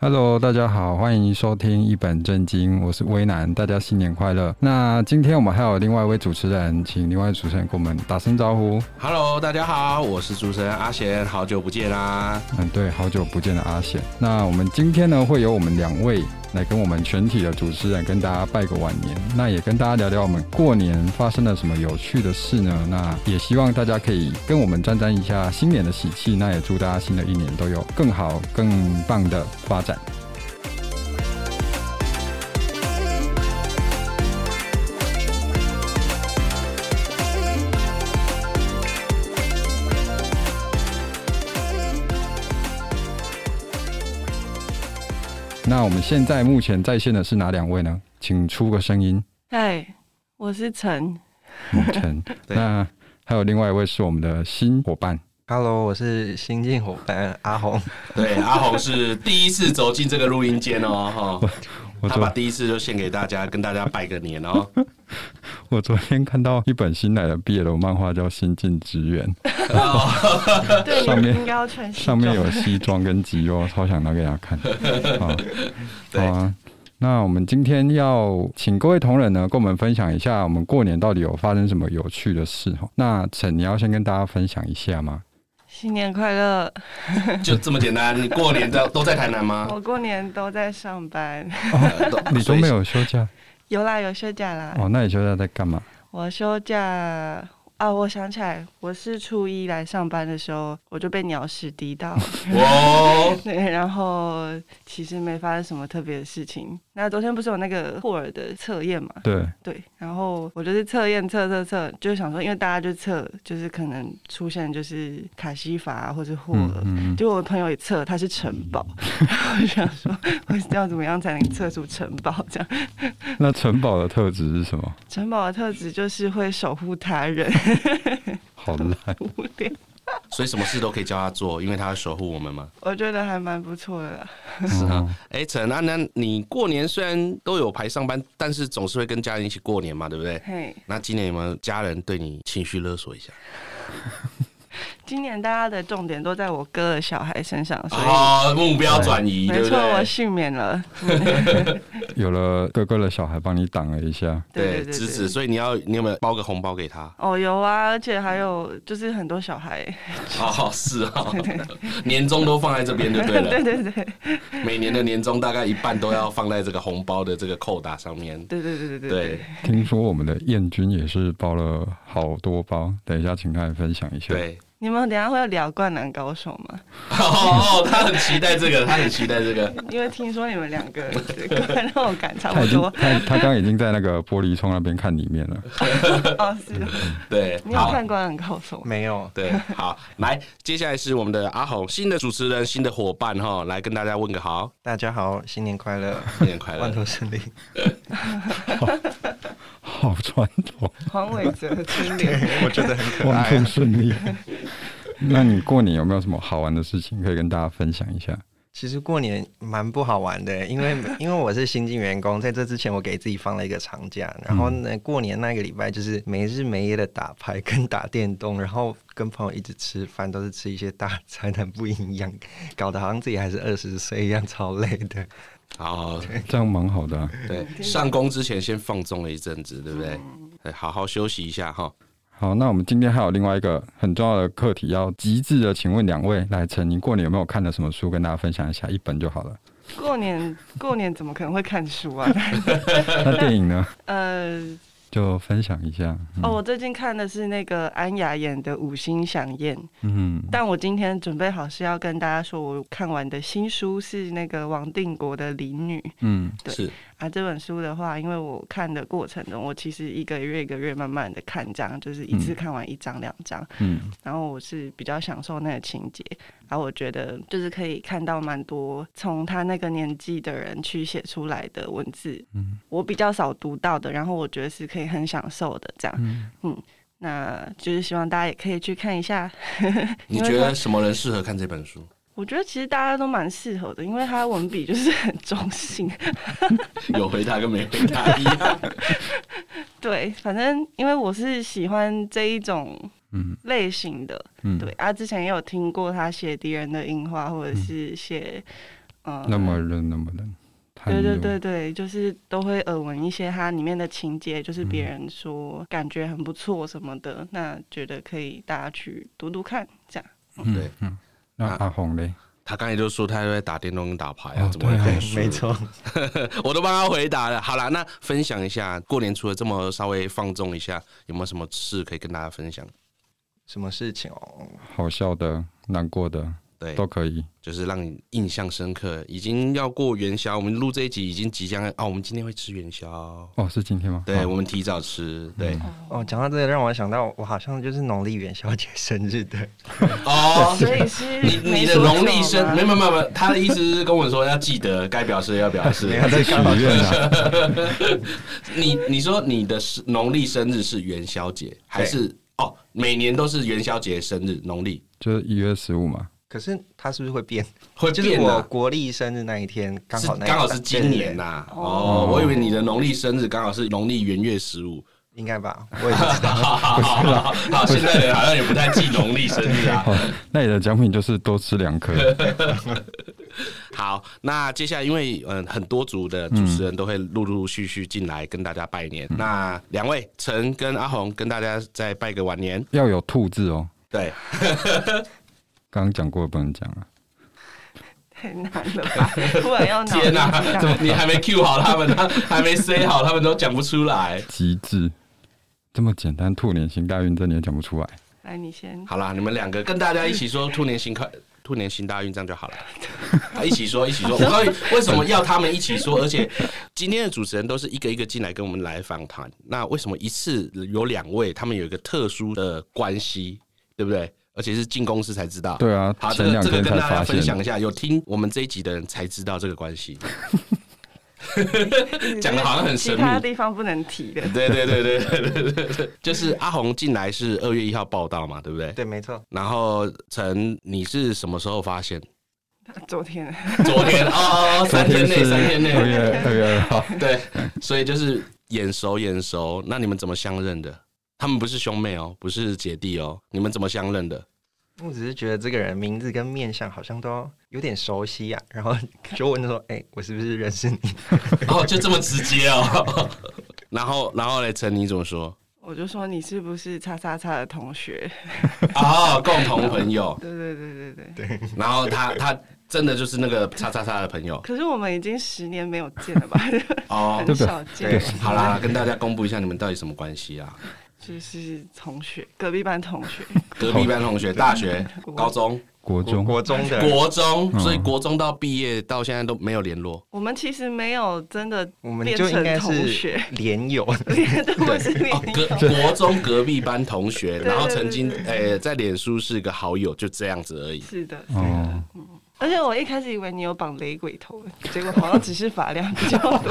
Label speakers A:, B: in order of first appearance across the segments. A: Hello，大家好，欢迎收听《一本正经》，我是威南，大家新年快乐。那今天我们还有另外一位主持人，请另外一位主持人给我们打声招呼。
B: Hello，大家好，我是主持人阿贤，好久不见啊啦！
A: 嗯，对，好久不见的阿显。那我们今天呢，会有我们两位来跟我们全体的主持人跟大家拜个晚年，那也跟大家聊聊我们过年发生了什么有趣的事呢？那也希望大家可以跟我们沾沾一下新年的喜气，那也祝大家新的一年都有更好、更棒的发展。那我们现在目前在线的是哪两位呢？请出个声 音，
C: 嗨，我是 陈，
A: 嗯陈。
B: 对
A: 那还有另外一位是我们的新伙伴，
D: Hello，我是新进伙伴阿红。
B: 对， 阿红是第一次走进这个录音间哦，
A: 我
B: 哈，他
A: 昨
B: 把第一次就献给大家，跟大家拜个年 哦。
A: 我昨天看到一本新来的 BL 漫画叫《新进职员》，
C: 对，
A: 上
C: 你
A: 面
C: 应该要穿西
A: 上
C: 装。
A: 面有西装跟吉优，超想拿给他 看。好，
B: 对
A: 好啊。那我们今天要请各位同仁呢，跟我们分享一下我们过年到底有发生什么有趣的事哈。那陈，你要先跟大家分享一下吗？
C: 新年快乐！
B: 就这么简单，你过年 都都在台南吗？
C: 我过年都在上班，
B: 呃都
A: 你都
B: 所以
A: 没有休假
C: 有啦有休假啦。
A: 哦，那你休假在干嘛？
C: 我休假啊，我想起来，我是初一来上班的时候，我就被鸟屎滴到，
B: 哇，
C: 对，然后其实没发生什么特别的事情。那昨天不是有那个霍尔的测验嘛？
A: 对，
C: 对，然后我就是测验测测测，就想说，因为大家就测，就是可能出现就是卡西法啊或者霍尔
A: 嗯，嗯，嗯
C: 就我朋友也测，他是城堡， 然后我想说，我要怎么样才能测出城堡？这样，
A: 那城堡的特质是什么？
C: 城堡的特质就是会守护他人，
A: 好 烂，
C: 无聊
B: 所以什么事都可以叫他做，因为他会守护我们嘛。
C: 我觉得还蛮不错的啦。
B: 是啊，哎，陈安南，你过年虽然都有排上班，但是总是会跟家人一起过年嘛，对不对？
C: 嘿，
B: 那今年有没有家人对你情绪勒索一下？
C: 今年大家的重点都在我哥的小孩身上，所以、
B: 哦，目标转移，对
C: 没
B: 不
C: 错，我
B: 对？
C: 幸免了。
A: 有了哥哥的小孩帮你挡了一下，
C: 对对对
B: 侄
C: 对？
B: 子，所以你要你有没有包个红包给他
C: 哦，有啊，而且还有就是很多小孩，
B: 哦，是哦，年终都放在这边就对
C: 对
B: 了，
C: 对对对
B: 每年的年终大概一半都要放在这个红包的这个扣打上面。
C: 对对对对
B: 对
C: 对，
A: 听说我们的燕君也是包了好多包，等一下请他来分享一下。
B: 对，
C: 你们等一下会聊《灌篮高手》吗？
B: 哦，他很期待这个，他很期待这个。
C: 因为听说你们两个让我感差
A: 他
C: 不
A: 已经
C: 多
A: 他他刚刚已经在那个玻璃窗那边看里面了。
C: 哦，是哦。
B: 对，
C: 你有
B: 好，
C: 看《灌篮高手》吗？
D: 没有，
B: 对，好，来，接下来是我们的阿红，新的主持人，新的伙伴哈，来跟大家问个好，
D: 大家好，新年快乐，
B: 新年快
D: 万
B: 乐。
D: 头顺利。
A: 好传统，
C: 黄伟哲春 联。
D: 我觉得很可
A: 万
D: 爱
A: 分
D: 啊。
A: 顺利。那你过年有没有什么好玩的事情可以跟大家分享一下？
D: 其实过年蛮不好玩的， 因为因为我是新进员工，在这之前我给自己放了一个长假，然后
A: 嗯
D: 呢，过年那个礼拜就是没日没夜的打牌跟打电动，然后跟朋友一直吃饭，都是吃一些大餐，很不营养，搞得好像自己还是二十岁一样，超累的。
B: 好，
A: 这样蛮好的啊、
B: 对，上工之前先放纵了一阵子，对不对？对好好休息一下哈。
A: 好，那我们今天还有另外一个很重要的课题要极致的，请问两位来陈，你过年有没有看了什么书跟大家分享一下？一本就好了。
C: 过年过年怎么可能会看书啊？
A: 那电影呢，
C: 呃，
A: 就分享一下。
C: 哦，我最近看的是那个安雅演的《五星响宴》，
A: 嗯，
C: 但我今天准备好是要跟大家说，我看完的新书是那个王定国的《林女》
A: 嗯，
C: 对
B: 是，
C: 啊。这本书的话，因为我看的过程中，我其实一个月一个月慢慢的看，这样就是一次
A: 嗯
C: 看完一章两章，
A: 嗯
C: 然后我是比较享受那个情节，然后我觉得就是可以看到蛮多从他那个年纪的人去写出来的文字，
A: 嗯，
C: 我比较少读到的，然后我觉得是可以很享受的这样，
A: 嗯，
C: 那就是希望大家也可以去看一下。
B: 你
C: 因为
B: 觉
C: 他
B: 得什么人适合看这本 书？
C: 我觉得其实大家都蛮适合的，因为他文笔就是很中性，
B: 有回答跟没回答一样。
C: 对，反正因为我是喜欢这一种
A: 嗯
C: 类型的，
A: 嗯，
C: 对啊，之前也有听过他写《敌人的樱花》，或者是写。嗯嗯，
A: 那么冷，那么冷，太
C: 对对
A: 热
C: 对对，就是都会耳闻一些它里面的情节，就是别人说感觉很不错什么的，那觉得可以大家去读读看，这样。
A: 嗯
B: 对
A: 嗯，那
B: 啊
A: 阿红嘞，
B: 他刚才就说他在打电动跟打牌啊，
A: 哦
B: 怎么会
A: 对啊
B: 看
A: 对
B: 书？
D: 没错，
B: 我都帮他回答了。好啦，那分享一下过年除了这么稍微放纵一下，有没有什么事可以跟大家分享？
D: 什么事情哦？
A: 好笑的、难过的
B: 对，
A: 都可以。
B: 就是让你印象深刻。已经要过元宵，我们录这一集已经即将啊，我们今天会吃元宵，
A: 哦，是今天吗？
B: 对
A: 哦
B: 我们提早吃，
C: 嗯
B: 对
D: 哦，讲到这个，让我想到我好像就是农历元宵节生日的，
B: 哦。
C: 所以 是
B: 你
C: 没
B: 你的
C: 多
B: 农
C: 久
B: 历生
C: 吗，
B: 没有没有没有没有，他的意思是跟我说要记得该表示的要表示
D: 没。有在
A: 许
D: 刚好
A: 愿啊，
B: 你你说你的是农历生日是元宵节还是哦？每年都是元宵节生日，农历
A: 就是一月十五嘛。
D: 可是它是不是会变？
B: 会
D: 就是
B: 变
D: 我
B: 啊？
D: 国历生日那一天，刚
B: 是
D: 好那一
B: 刚好
D: 天啊
B: 是今年
D: 对
B: 呐、
C: 哦
B: 哦，我以为你的农历生日刚好是农历元月十五。
D: 应该吧？我也不啊知道。
B: 好好好，好，现
D: 啊
B: 在人好像也不太记农历生日 啊。
A: 哦， 那你的奖品就是多吃两 颗。
B: 好，那接下来因为嗯、很多组的主持人都会陆陆续续进来跟大家拜年。
D: 嗯
B: 那两位陈跟阿红跟大家再拜个晚年。
A: 要有兔字哦。
B: 对，
A: 刚刚讲过不能讲啊。
C: 太难了吧？突然要脑
B: 天哪、
C: 力激荡
B: 怎么你还没 Q 好他们， 他还没 say 好，他们都讲不出来。
A: 极致，这么简单，兔年行大运，这你也讲不出来。
B: 啊
C: 来，你先。
B: 好啦，你们两个跟大家一起说兔年行 快。兔年行大运，这样就好了。啊一起说，一起 说。我告诉你，为什么要他们一起说？而且今天的主持人都是一个一个进来跟我们来访谈。那为什么一次有两位，他们有一个特殊的关系，对不对？而且是进公司才知道。
A: 对啊
B: 好，这
A: 前
B: 个
A: 两
B: 这个
A: 天
B: 跟
A: 才
B: 大家
A: 发
B: 分
A: 现
B: 享一下，有听我们这一集的人才知道这个关系。讲得好像很神秘
C: 其他地方不能提的。
B: 对对对对对对对对，就是阿红进来是二月一号报道嘛，对不对？
D: 对，没错。
B: 然后陈，你是什么时候发现？
C: 昨天
B: 昨天哦，
A: 昨
B: 三天内，
A: 是
B: 三天
A: 二
B: 内，
A: 月二月二号，
B: 对，所以就是眼熟眼熟。那你们怎么相认的？他们不是兄妹哦，不是姐弟哦，你们怎么相认的？
D: 我只是觉得这个人名字跟面相好像都有点熟悉啊，然后就问说：“哎、我是不是认识你
B: 哦，就这么直接哦。 然后，然后嘞，陈，你怎么说？
C: 我就说你是不是叉叉叉的同学？
B: 哦，共同朋友。
C: 对对对对对。
B: 然后他他真的就是那个叉叉叉的朋友
C: 可是我们已经十年没有见 了吧？
B: 哦。
C: 很少见
D: 对，
B: 好啦，跟大家公布一下你们到底什么关系啊？
C: 就是同学，隔壁班同学。
B: 隔壁班同学，大学、高中、
A: 国？”
D: 国
A: 中
D: 国中的，
B: 国中，所以国中到毕业到现在都没有联络。
C: 我们其实没有真的
D: 我们
C: 变
D: 就应该
C: 成
D: 是
C: 同学，
D: 连友。
C: 连都不是连
B: 哦，
C: 友。
B: 隔国中隔壁班同学，
C: 对
B: 然后曾经
C: 对
B: 诶、在脸书是个好友，就这样子而已。
C: 是的，是
D: 嗯
C: 的。
A: 哦，
C: 而且我一开始以为你有绑雷鬼头，结果好像只是发量比较多。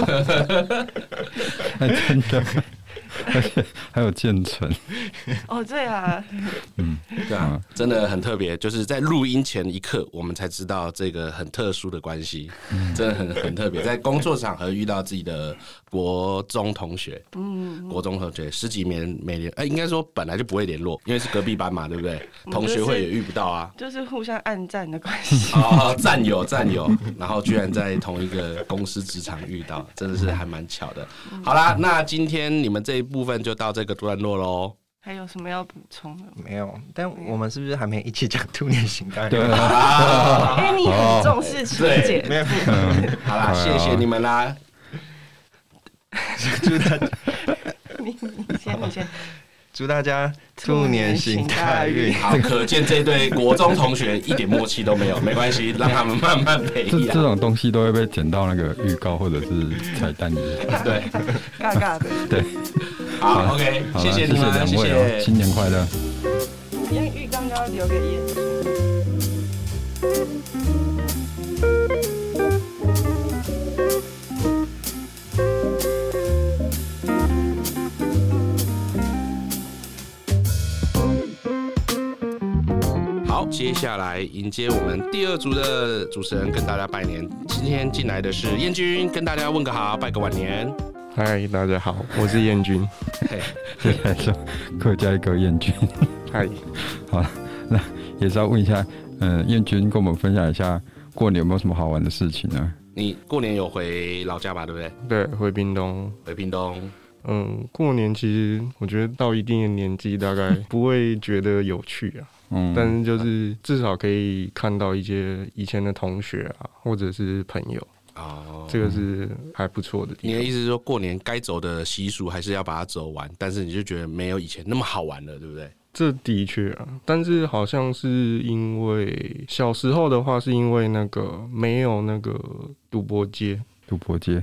A: 哎， 真的，而且还有建成，
C: 哦，对啊，嗯
B: 对啊，真的很特别，就是在录音前一刻，我们才知道这个很特殊的关系，
C: 嗯
B: 真的很很特别。在工作场合遇到自己的国中同学，嗯，国中同学十几年没联，哎、应该说本来就不会联络，因为是隔壁班嘛，对不对？
C: 嗯
B: 同学
C: 就是
B: 会也遇不到啊。
C: 就是互相暗战的关系。
B: 哦，战友战友，然后居然在同一个公司职场遇到，真的是还蛮巧的。好啦，那今天你们这一部分就到这个段落喽。
C: 还有什么要补充的吗？
D: 没有，但我们是不是还没一起讲兔年行大运？
A: 对，啊
D: 啊
C: 哎、你
D: 哦
C: 很重视情节，
D: 没有，
A: 嗯
B: 好
A: 好呀
B: 啦，谢谢你们啦。
D: 祝大
C: 你你先你先，
D: 祝大家
C: 兔
D: 兔
C: 年
D: 年
C: 行
D: 行
C: 大
D: 大
C: 运
D: 运。
B: 好， 可见这对国中同学一点默契都没有，没关系，让他们慢慢培
A: 这这
B: 养。
A: 种东西都会被剪到那个预告或者是彩蛋里面。
B: 对，
C: 尬尬的，
B: 好，OK，
A: 好
B: 谢
A: 了，
B: 谢
A: 谢
B: 你们，
A: 两
B: 谢
A: 位哦，
B: 谢。
A: 新年快乐。
C: 因为浴缸都要留给夜。
B: 好，接下来迎接我们第二组的主持人跟大家拜年。今天进来的是燕君，跟大家问个好，拜个晚年。
E: 嗨，大家好，我是燕君。
B: 嘿，
A: 接下来就 客家一个燕君，
E: 嗨，
A: 呃也是要问一下，嗯、燕君跟我们分享一下过年有没有什么好玩的事情呢？
B: 你过年有回老家吧？对不对？
F: 对，回屏东。
B: 回屏东，
F: 嗯，过年其实我觉得到一定的年纪，大概不会觉得有趣啊，
A: 嗯，
F: 但是就是至少可以看到一些以前的同学啊，或者是朋友，
B: 哦，
F: 这个是还不错的地
B: 你
F: 方。
B: 的意思是说，过年该走的习俗还是要把它走完，但是你就觉得没有以前那么好玩了，对不 对？
F: 这的确啊，但是好像是因为小时候的话，是因为那个没有那个赌博街，
A: 赌博街，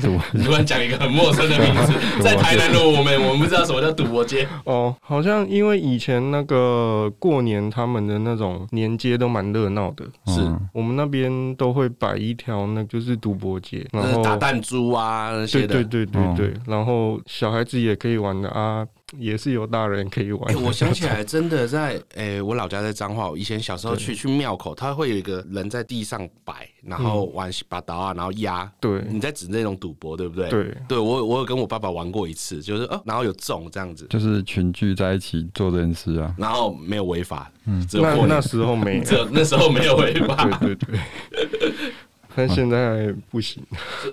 A: 赌博
B: 突然讲一个很陌生的名字， 在台南的 我们，我们不知道什么叫赌博街。
F: 哦，好像因为以前那个过年他们的那种年街都蛮热闹的，
B: 是
A: 嗯
F: 我们那边都会摆一条那就是赌博街，然
B: 那
F: 后
B: 呃打弹珠啊那些
F: 对
B: 的
F: 对。对对对，然后小孩子也可以玩的啊，也是有大人可以玩
B: 哎、
F: 的。
B: 我想起 来，真的在哎、我老家在彰化，我以前小时候去去庙口，他会有一个人在地上摆，然后玩把刀啊，然后压。
F: 对
B: 你在指那种赌博，对不对？
F: 对
B: 对我我有跟我爸爸玩过一次，就是哦，然后有中这样子，
A: 就是群聚在一起做这件事啊。
B: 然后没有违法，只有
F: 那
B: 过
F: 那
B: 年，
F: 时候 没有，
B: 只有那时候没有违法，
F: 对对对， 但现在不行，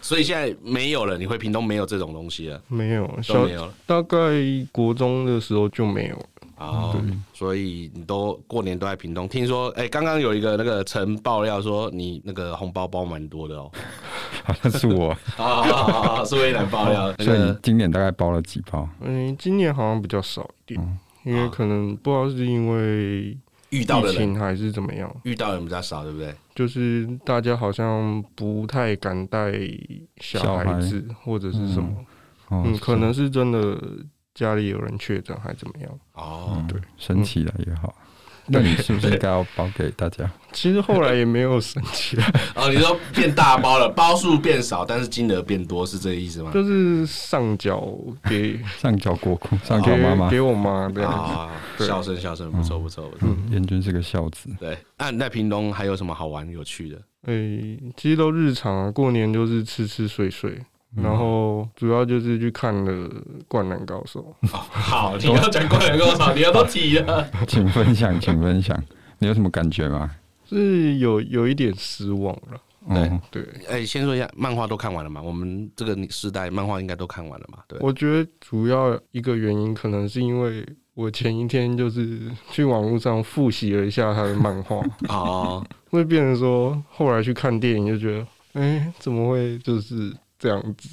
B: 所以现在没有了，你回屏东没有这种东西了，
F: 没有
B: 都
F: 小
B: 没有了。
F: 大概国中的时候就没有了。
B: 哦，所以你都过年都在屏东。听说，哎、刚刚有一个那个陈爆料说你那个红包包蛮多的 哦。
A: 好像是我，
F: 哦
B: 啊，好好好是微南爆 料，那
A: 所以你
B: 个
A: 今年大概包了几包？
F: 嗯，今年好像比较少一点，因为可能不知道是因为
B: 遇到的
F: 疫
B: 人
F: 情还是怎么样，
B: 遇到的人比较少，对不对？
F: 就是大家好像不太敢带小孩子或者是什么，
A: 哦，
F: 嗯，可能是真的家里有人确诊还怎么样。
B: 哦，
F: 嗯
A: 对，升起来也好。那你是不是应该要包给大家？
F: 其实后来也没有生气 啦，
B: 哦，你说变大包了，包数变少，但是金额变多，是这个意思吗？
F: 就是上缴给
A: 上交国库，上交
F: 给
A: 妈妈。
F: 给我妈这样子。
B: 啊，笑声笑声，不错不错不
F: 嗯
B: 错。
A: 燕君是个孝子，
B: 对，那你在屏东还有什么好玩有趣的？
F: 诶、其实都日常啊，过年就是吃吃睡睡，
A: 嗯
F: 然后主要就是去看了《灌篮高手》。
B: 好，你要讲灌篮高手，你要都提了。
A: 嗯请分 享，请分享，你有什么感觉吗？
F: 是有有一点失望了。
A: 嗯，
F: 对，
B: 哎，先说一下，漫画都看完了吗？我们这个时代漫画应该都看完了嘛？对不对，
F: 我觉得主要一个原因可能是因为我前一天就是 去网络上复习了一下他的漫 画，
B: 哦，
F: 会变成说后来去看电影就觉得，哎、怎么会就是这样子？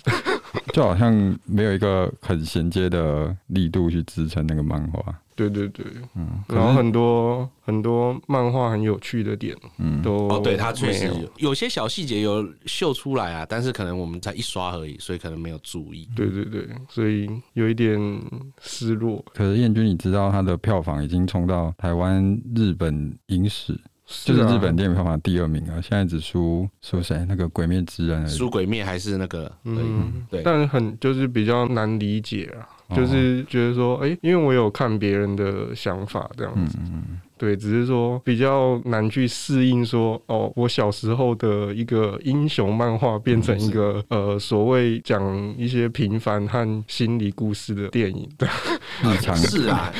A: 就好像没有一个很衔接的力度去支撑那个漫画。
F: 对对对，
A: 嗯，可
F: 然后
A: 是
F: 很多很多漫画很有趣的点
A: 嗯，
F: 都
B: 哦，对，它确
F: 没
B: 实
F: 有
B: 有有些小细节有秀出来啊，但是可能我们才一刷而已，所以可能没有注意。
F: 对对对，所以有一点失落。
A: 可是燕君，你知道它的票房已经冲到台湾、日本影史，
F: 是
A: 就是
F: 啊
A: 日本电影票房第二名啊，现在只输输谁？那个《鬼灭之刃》而已。
B: 输鬼灭还是那个，嗯，
F: 嗯，
B: 对
F: 但很就是比较难理解啊，
A: 哦
F: 就是觉得说，哎、因为我有看别人的想法这样
A: 嗯
F: 子，
A: 嗯嗯，
F: 对，只是说比较难去适应说，哦，我小时候的一个英雄漫画变成
B: 嗯
F: 一个、呃所谓讲一些平凡和心理故事的电影，
A: 嗯日常
B: 是啊，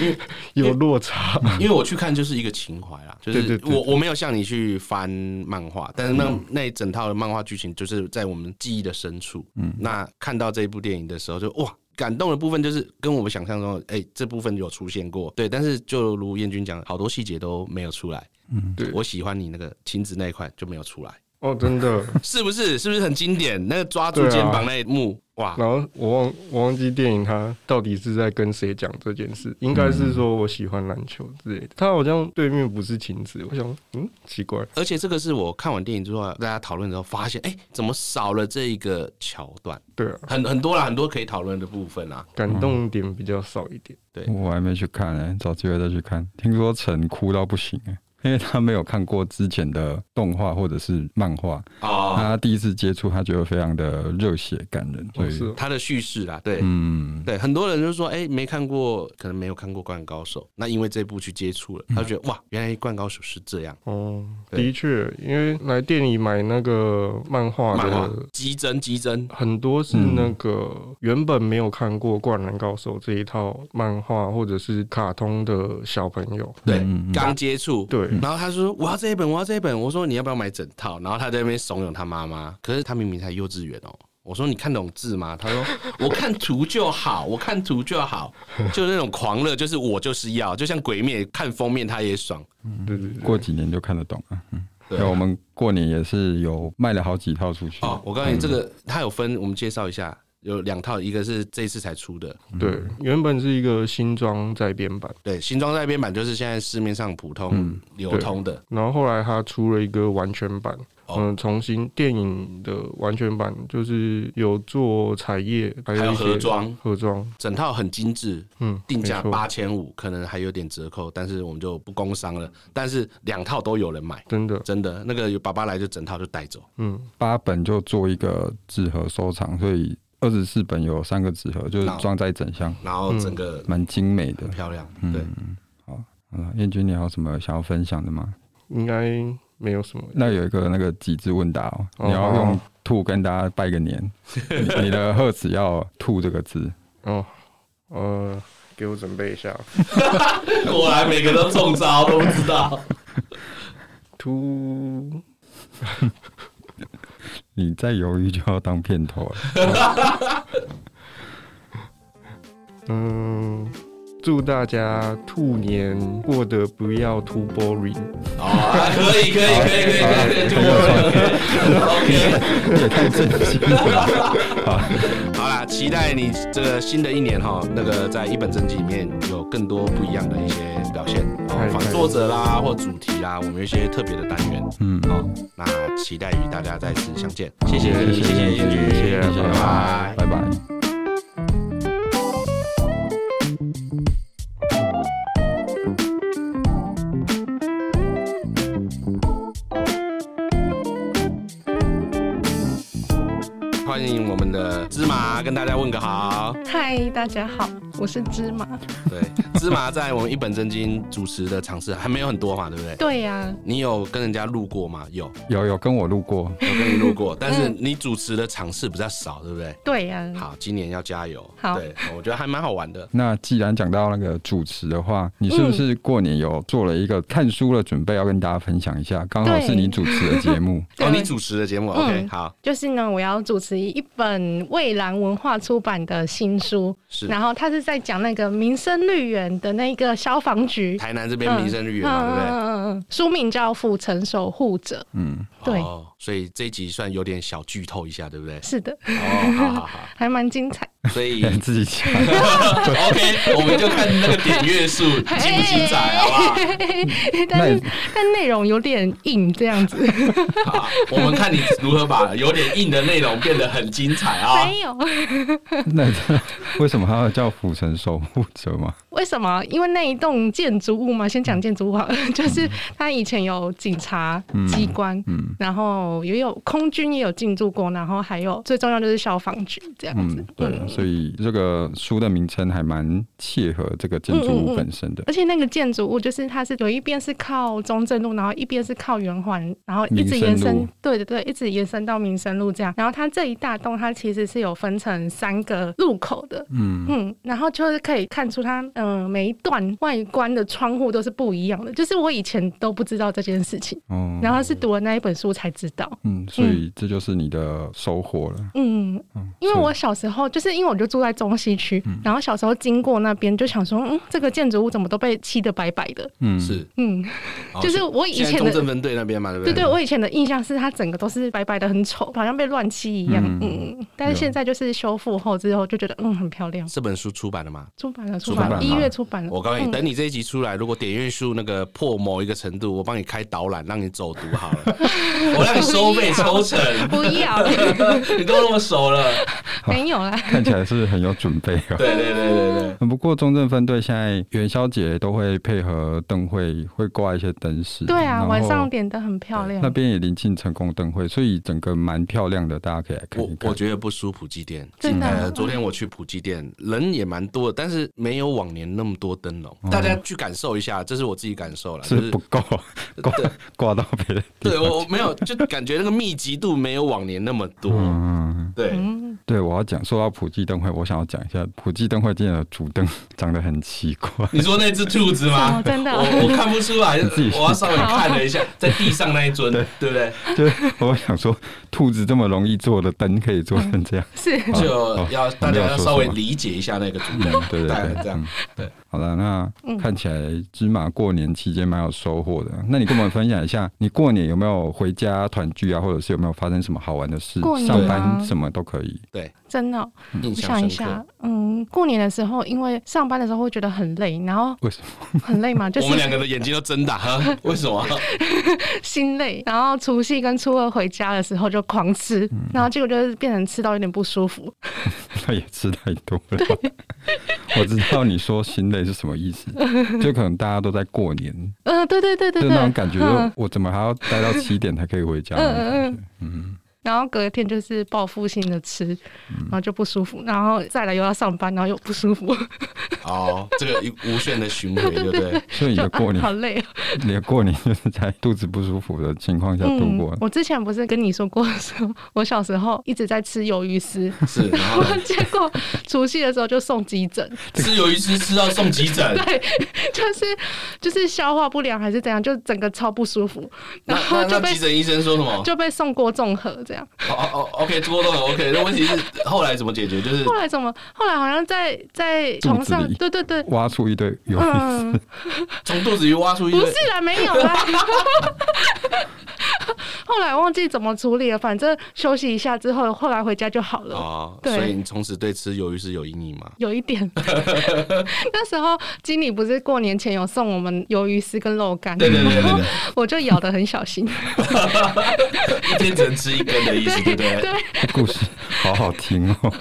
B: 因为
F: 有落差，
B: 因为我去看就是一个情怀啦，就
F: 对
B: 是
F: 对对嗯
B: 我我没有像你去翻漫画，但是那那一整套的漫画剧情就是在我们记忆的深处。嗯，那看到这一部电影的时候就，哇。感动的部分就是跟我们想象中，哎、这部分有出现过，对，但是就如燕君讲的，好多细节都没有出来。
A: 嗯
F: 对
B: 我喜欢你那个亲子那一块就没有出来，
F: 哦，真的。
B: 是不是？是不是很经典？那个抓住
F: 对啊
B: 肩膀那一幕，哇，
F: 然后我忘我忘记电影它到底是在跟谁讲这件事，应该
B: 嗯
F: 是说我喜欢篮球之类的。他好像对面不是晴子，我想说嗯奇怪，
B: 而且这个是我看完电影之后，大家讨论之后发现，哎、怎么少了这一个桥段？
F: 对啊，
B: 很很多啦，很多可以讨论的部分啊啦。
F: 感
B: 嗯
F: 动点比较少一点。
A: 我还没去看呢、找机会再去看。听说陈哭到不行哎、 因为他没有看过之前的动画或者是漫画，那
B: 哦，
A: 他第一次接触，他觉得非常的热血感人，所
F: 哦
A: 以
F: 是哦
B: 他的叙事啦，对、
A: 嗯，
B: 对，很多人就说，哎、没看过，可能没有看过《灌篮高手》，那因为这部去接触了，
A: 嗯
B: 他就觉得哇，原来《灌篮高手》是这样。
F: 哦，
B: 对
F: 的确，因为来店里买那个漫画
B: 漫画
F: 的。
B: 激增激
A: 嗯
B: 增，
F: 很多是那个
B: 嗯
F: 原本没有看过《灌篮高手》这一套漫画或者是卡通的小朋友，
A: 嗯
B: 对
A: 嗯，嗯
B: 刚接触，
F: 对，
B: 然后他说我要这一本，我要这一本。我说你要不要买整套？然后他在那边怂恿他妈妈，可是他明明才幼稚园哦。我说你看懂字吗？ 他说我看图就好，我看图就好，就那种狂热，就是我就是要，就像鬼灭看封面他也爽。
F: 对对对，
A: 过几年就看得懂了。嗯，
B: 对
A: 对，我们过年也是有卖了好几套出去。
F: 嗯
B: 哦，我告诉你，这个它有分，我们介绍一下，有两套，一个是这一次才出的，
F: 对，原本是一个新装再编版，
B: 对，新装在编版就是现在市面上普
F: 嗯
B: 通流通的，
F: 然后后来他出了一个完全版，
B: 哦
F: 嗯，重新电影的完全版，就是有做彩页，还
B: 还有
F: 有一些
B: 盒装
F: 盒装，
B: 整套很精致，
F: 嗯，
B: 定价
F: 没错
B: 八千五，可能还有点折扣，但是我们就不工商了。但是两套都有人买，
F: 真的，
B: 真的，那个有爸爸来就整套就带走。
F: 嗯，
A: 八本就做一个纸盒收藏，所以二十四本有三个纸盒，就是
B: 好
A: 装在整箱，
B: 然后整个
F: 嗯
A: 蛮精美的
B: 很。漂亮，
A: 嗯
B: 对，
A: 好了，燕君，你还有什么想要分享的吗？
F: 应该没有什么。
A: 那有一个那个几字问答哦，
F: 哦
A: 你要用兔跟大家拜个年，你你的贺词要兔这个字。
F: 哦，呃，给我准备一下，
B: 果然每个都中招，都不知 道。
F: 突
A: 你再犹豫就要当片头了。
F: 嗯，祝大家兔年过得不要 too boring。
B: 哦，啊可以，可以，可以，可以，可以，就我了。
A: 也太震惊了。
B: OK，好啦，期待你这个新的一年哈，那个在一本正经里面有更多不一样的一些表现，哦
F: 嗨
B: 仿作者啦或主题啦，我们有一些特别的单元。哦
A: 嗯，好，
B: 那期待与大家再次相见，谢谢，
A: 谢
B: 谢谢
A: 谢
B: 燕君，
A: 谢谢，
B: 拜
A: 拜
B: 拜。
A: 拜。
B: 欢迎我们的芝麻跟大家问个好。
G: 嗨，大家好，我是芝麻。
B: 对，芝麻在我们一本正经主持的尝试还没有很多嘛，对不 对？
G: 对呀、
B: 你有跟人家录过吗？有，
A: 有有跟我路过，
B: 有跟你录 过，但
G: 嗯
B: 是你主持的尝试比较少，对不对？
G: 对呀、
B: 好，今年要加油。
G: 嗯好
B: 对，我觉得还蛮好玩的。
A: 那既然讲到那个主持的话，你
G: 嗯
A: 是不是过年有做了一个看书的准备，要跟大家分享一下？刚好是你主持的节目，
G: 对
B: 哦，你主持的节目
G: 嗯
B: ，OK，好，
G: 就是呢，我要主持一本蔚蓝文化出版的新书，
B: 是
G: 然后它是在讲那个民生绿园的那个消防局。
B: 台南这边民生绿园嘛，对不对？
G: 嗯嗯，书名叫《府城守护者》。
A: 嗯，
G: 对
B: 哦，所以这一集算有点小剧透一下，对不 对？
G: 是的，
B: 哦，好好好，
G: 还蛮 精彩。
B: 所以
A: 自己讲，
B: OK，我们就看那个点阅数精不精彩，好不好？
G: 但
A: 那
G: 是但内容有点硬，这样子
B: 好，我们看你如何把有点硬的内容变得很精彩啊！
G: 没有。
A: 那 为什么他要叫府城守护者嘛？
G: 为什么？因为那一栋建筑物嘛，先讲建筑物好了，
B: 嗯
G: 就是它以前有警察
A: 嗯
G: 机关，
A: 嗯
G: 然后也有空军也有进驻过，然后还有最重要就是消防局这样子。
A: 嗯，对，所以这个书的名称还蛮切合这个建筑物本身的。
G: 而且那个建筑物就是它是有一边是靠中正路，然后一边是靠圆环，然后一直延
A: 民生
G: 伸
A: 路，
G: 对对对，一直延伸到民生路这样。然后它这一大栋它其实是有分成三个路口的。
A: 嗯，
G: 嗯，然后就是可以看出它，嗯、每一段外观的窗户都是不一样的。就是我以前都不知道这件事情，
A: 哦，
G: 嗯然后是读了那一本书才知道。
A: 嗯，所以这就是你的收获了。
G: 嗯，
A: 嗯，
G: 因为
A: 所以
G: 我小时候就是因为我就住在中西区，然后小时候经过那边就想说，嗯，这个建筑物怎么都被漆得白白的？
A: 嗯
B: 是，
G: 嗯，
B: 哦
G: 就是我以
B: 现在
G: 前
B: 中
G: 的
B: 正。分队那边嘛，对不
G: 对对，
B: 对，
G: 我以前的印象是它整个都是白白的，很丑，好像被乱漆一样。
A: 嗯
G: 嗯，嗯但是现在就是修复后之后就觉得，嗯，很漂亮。
B: 这本书出版了吗？
G: 出版了，出
B: 出版了
G: 版了，一月出版了。
B: 我告诉你，
G: 嗯
B: 等你这一集出来，如果点阅数那个破某一个程度，我帮你开导览，让你走读好了， 我让你收费抽成，
G: 嗯不要，
B: 你都那么熟了，
G: 没有啦。
A: 看起来是很有准备 哦。
B: 对对对对对，
A: 不过中正分队现在元宵节都会配合灯会，会挂一些灯饰。
G: 对
A: 然
G: 啊，
A: 后
G: 晚上点的很漂
A: 那
G: 亮。
A: 边也临近成功灯会，所以整个蛮漂亮的，大家可以来看一
B: 我
A: 看。
B: 我觉得不输普济店，
G: 真的
B: 呃，昨天我去普济店，人也蛮多的，但是没有往年那么多灯笼，
A: 哦
B: 大家去感受一下，这是我自己感受了，就是是
A: 不够挂
B: 对
A: 挂到别的地
B: 对啊
A: 方。
B: 我我没有，就感觉那个密集度没有往年那么多。
A: 嗯，嗯，嗯
B: 对，
G: 嗯，
A: 对，我要讲说到普济灯会，我想要讲一下普济灯会今年的主灯 长得很奇怪，
B: 你说那只兔子吗
G: 哦？ 真的
B: 我我看不出来，
A: 自己去
B: 我要稍微看了一下，在地上那一尊，对不对？
A: 就是我想说，兔子这么容易做的灯可以做成这样，
G: 是
A: 好
B: 就
A: 好
B: 要
A: 我
B: 大
A: 没有
B: 家要
A: 说
B: 稍
A: 什
B: 微
A: 么
B: 理解一下那个主
A: 嗯
B: 人，，
A: 对对
B: 大概
A: 对，
B: 这样
A: 嗯
B: 对。
A: 好了，那
G: 嗯
A: 看起来芝麻过年期间蛮有收获的。那你跟我们分享一下，你过年有没有回家团聚啊，或者是有没有发生什么好玩的事？
G: 过年啊
A: 上
G: 吗
A: 班什么都可以。
G: 真的哦、
B: 印
G: 我想
B: 象
G: 一
B: 深刻
G: 下。，嗯，过年的时候，因为上班的时候会觉得很累，然后
A: 为什么？
G: 很 累嘛，就
B: 我们两
G: 是
B: 个的眼睛都睁大，呵 为什么？
G: 心累。然后除夕跟初二回家的时候就狂吃，
B: 嗯
G: 然后结果就是变成吃到有点不舒服。
A: 他也吃太多了。 我知道你说心累是什么意思，就可能大家都在过年，
G: 嗯、对对对对
A: 就
G: 对，
A: 那种感觉，
G: 嗯
A: 就我怎么还要待到七点才可以回家？
G: 嗯嗯
A: 嗯
G: 嗯然后隔天就是报复性的吃，
A: 嗯
G: 然后就不舒服，然后再来又要上班，然后又不 舒服，
B: 哦，这个无限的循环，对不 对？
A: 所以你
G: 就
A: 的过
G: 啊、好
A: 年，
G: 累、哦。
A: 你的过年就是在肚子不舒服的情况下度过
G: 嗯。。我之前不是跟你说过说我小时候一直在吃鱿鱼 丝，
B: 是，然后 呢
G: 结果除夕的时候就送急诊，
B: 吃鱿鱼丝吃到送急诊，
G: 对，就是就是消化不良还是怎样，就整个超不舒服，
B: 那
G: 然后
B: 那
G: 就
B: 那
G: 被
B: 急诊医生说什么？
G: 就被送过综合这样。
B: 哦哦哦，OK，多动了 OK。那问题是后来怎么解决？就是
G: 后来怎么？后来好像在在
A: 肚
G: 床
A: 子
G: 上
A: 里，
G: 对对对，
A: 挖出一堆有
G: 嗯，
B: 从肚子里挖出一
G: 不
B: 堆
G: 是。啦，没有啦。 后来忘记怎么处理了，反正休息一下之后，后来回家就好了。
B: 哦，
G: 对
B: 所以你从此对吃鱿鱼丝有阴影吗？
G: 有一 点，那时候经理不是过年前有送我们鱿鱼丝跟肉干，
B: 对对对对
G: 然后
B: 对
G: 我就咬得很小心。
B: 一天只能 吃一根的意思，对不对？
G: 对，
A: 故事，好好听哦。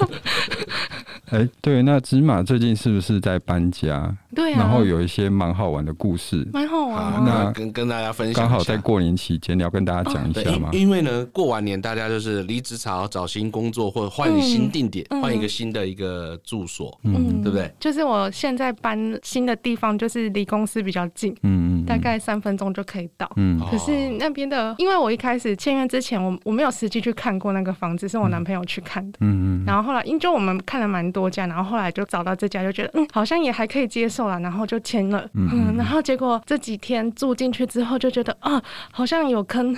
A: 哎、对，那芝麻最近是不是在搬家？
G: 对啊
A: 然后有一些蛮好玩的故事，
G: 蛮好玩
B: 啊
G: 啊。，
A: 那
B: 那跟跟大家分享一下，
A: 刚好在过年期间，你要跟大家讲一
G: 哦
B: 对，
A: 下吗
B: 因？因为呢，过完年大家就是离职潮，找新工作或者换新定点，换、一个新的一个住所，
A: 嗯
G: 嗯
B: 对不对？
G: 就是我现在搬新的地方，就是离公司比较近，
A: 嗯嗯，
G: 大概三分钟就可以到。
A: 嗯
B: 哦
G: 可是那边的，因为我一开始签约之前，我我没有实际去看过那个房子，是我男朋友去看的。
A: 嗯嗯，
G: 然后后来，因为就我们看了蛮多家，然后后来就找到这家，就觉得嗯，好像也还可以接受啦，然后就签了。
A: 嗯
G: 嗯
A: 嗯嗯
G: 然后结果这几天住进去之后，就觉得啊，好像有 坑，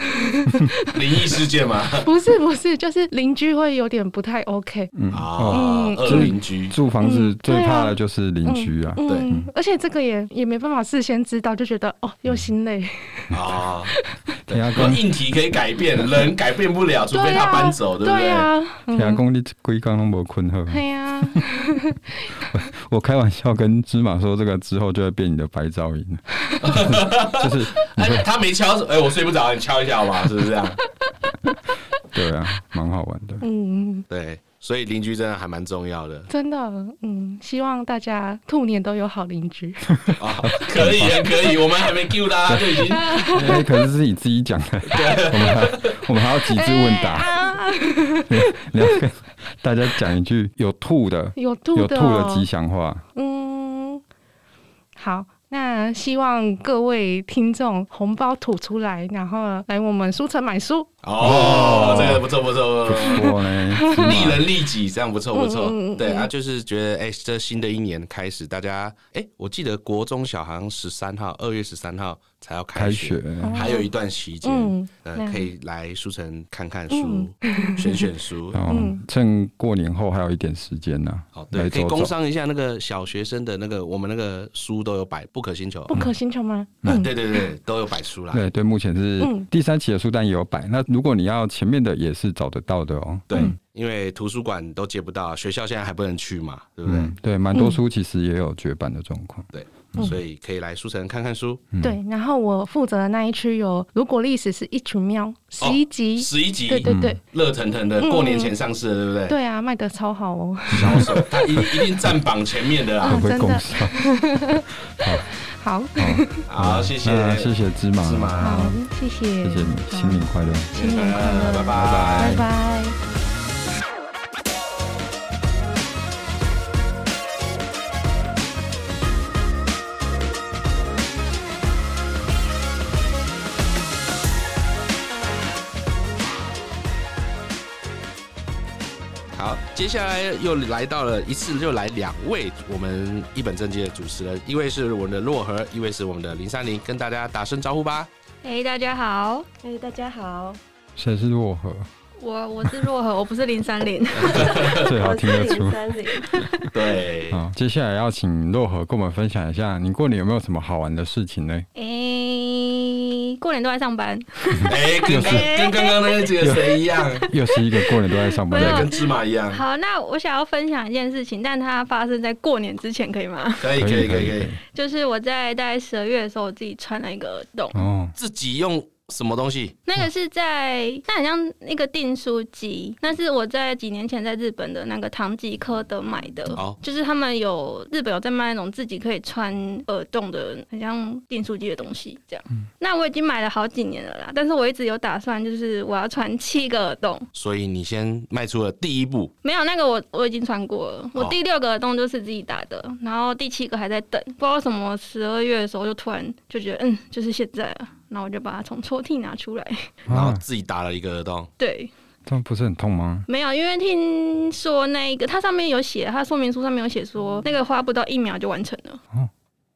B: 灵异事件嘛，
G: 不是不是，就是邻居会有点不太 OK。
A: 嗯哦，
B: 啊，
G: 嗯
B: 恶邻居，
A: 住房子
G: 嗯
A: 最
G: 对啊
A: 怕的就是邻居啊。
B: 对
G: 嗯，而且这个也也没办法事先知道，就觉得哦，
B: 嗯
G: 又心累。
B: 啊，
A: 天涯
B: 那
A: 公，
B: 硬体可以改变，人改变不了，除非他搬走，对
G: 对
B: 不对？啊
G: 呀、
A: 天涯公，你龟缸都没困好。
G: 对啊呀、
A: 我开玩笑跟芝麻说，这个之后就会变你的白噪 音，就是
B: 哎，他没敲，哎，我睡不着，你敲一下好不好？是不是这样？
A: 对啊，蛮好玩的。
G: 嗯，
B: 对，所以邻居真的还蛮重要的
G: 真的，嗯，希望大家兔年都有好邻 居。
B: 啊，可以，可以，我们还没 Q 大家就已经
A: 哎，可是是你自己讲 的，我们还我们还要极致问
B: 哎
A: 答，
G: 啊，
A: 你要跟大家讲一句有兔的
G: 有兔
A: 有兔
G: 的、
A: 的
G: 哦，
A: 吉祥话，
G: 嗯，好，那希望各位听众红包吐出来，然后来我们书城买书。
B: 哦，这个不错，不错，不 错。
A: 我 呢，芝麻
B: 利人利己，这样不错不错。
G: 嗯嗯嗯
B: 对啊，就是觉得哎、这新的一年开始，大家哎、我记得国中小好像十三号，二月十三号才要开
A: 开
B: 学，
A: 学，
B: 还有一段期间，
G: 嗯
B: 呃，
G: 那
B: 可以来书城看看书，
G: 嗯
B: 选选 书。
A: 然后哦趁过年后还有一点时间呢
B: 好，，
A: 来
B: 对，可以
A: 走
B: 工
A: 走。
B: 商一下那个小学生的那个，我们那个书都有摆《不可星球
G: 不》可星球吗？
B: 嗯，对对对，都有摆书啦。
A: 对对，目前是
G: 嗯
A: 第三期的书单也有摆，那如果你要前面的也是找得到的哦。
B: 对，因为图书馆都借不到，学校现在还不能去嘛，对不对？
A: 嗯，对，蛮多书其实也有绝版的状况。
B: 对，所以可以来书城看看书。
G: 对，然后我负责的那一区有《如果历史是一群喵》
A: 哦
G: 十一集，
B: 十一集，
G: 对对对。
B: 热腾腾的，
G: 嗯
B: 过年前上市的，对不对？
G: 对啊，卖的超好哦！
B: 销售，他一一定占榜前面的啦
A: 会。
H: 嗯
A: 不会
G: 真
A: 共
G: 的
A: 享？
G: 好，
B: 嗯好，谢 谢，
A: 那谢谢芝麻，
B: 芝麻
G: 好，谢谢，
A: 谢谢你，新年呃快乐。
G: 新年快乐，
B: 嗯拜拜
G: 拜拜。
B: 好，接下来又来到了一次又来两位我们一本正经的主持人，一位是我们的洛河，一位是我们的林三林，跟大家打声招呼吧。
H: 哎、大家好，
C: 哎、大家好，
A: 谁是洛河？
H: 我我是若何，我不是林三 林。
A: 最好
C: 我
A: 听
C: 是
A: 得
C: 林
A: 出。
C: 三林。
B: 对
A: 好，接下来要请洛河跟我们分享一下，你过年有没有什么好玩的事情呢？
H: 哎、过年都在上班，
B: 哎、跟刚
H: 哎
B: 跟刚刚那几个谁一 样，
A: 又是一个过年都在上班
H: 没
B: 对，
H: 有
A: 的
B: 跟芝麻一样，
H: 好，那我想要分享一件事情，但它发生在过年之前，可以吗？
B: 可以
A: 人，
B: 可以可以可以，
H: 就是我在大概十二月的时候，我自己穿了一个耳洞，
A: 哦，
B: 自己用什么东西？
H: 那个是在那很像那个订书机，那是我在几年前在日本的那个唐吉诃德买的，
B: 哦
H: 就是他们有日本有在卖那种自己可以穿耳洞的，很像订书机的东西这样。那我已经买了好几年了啦，但是我一直有打算，就是我要穿七个耳洞，
B: 所以你先迈出了第一步，
H: 没有那个我我已经穿过了，我第六个耳洞就是自己打的，然后第七个还在等，不知道为什么十二月的时候就突然就觉得嗯，就是现在了，然后我就把它从抽屉拿出来，
B: 然后
A: 啊，
B: 自己打了一个耳洞。
H: 对。
A: 这样不是很痛吗？
H: 没有，因为听说那一个它上面有写，它说明书上面有写说那个花不到一秒就完成了。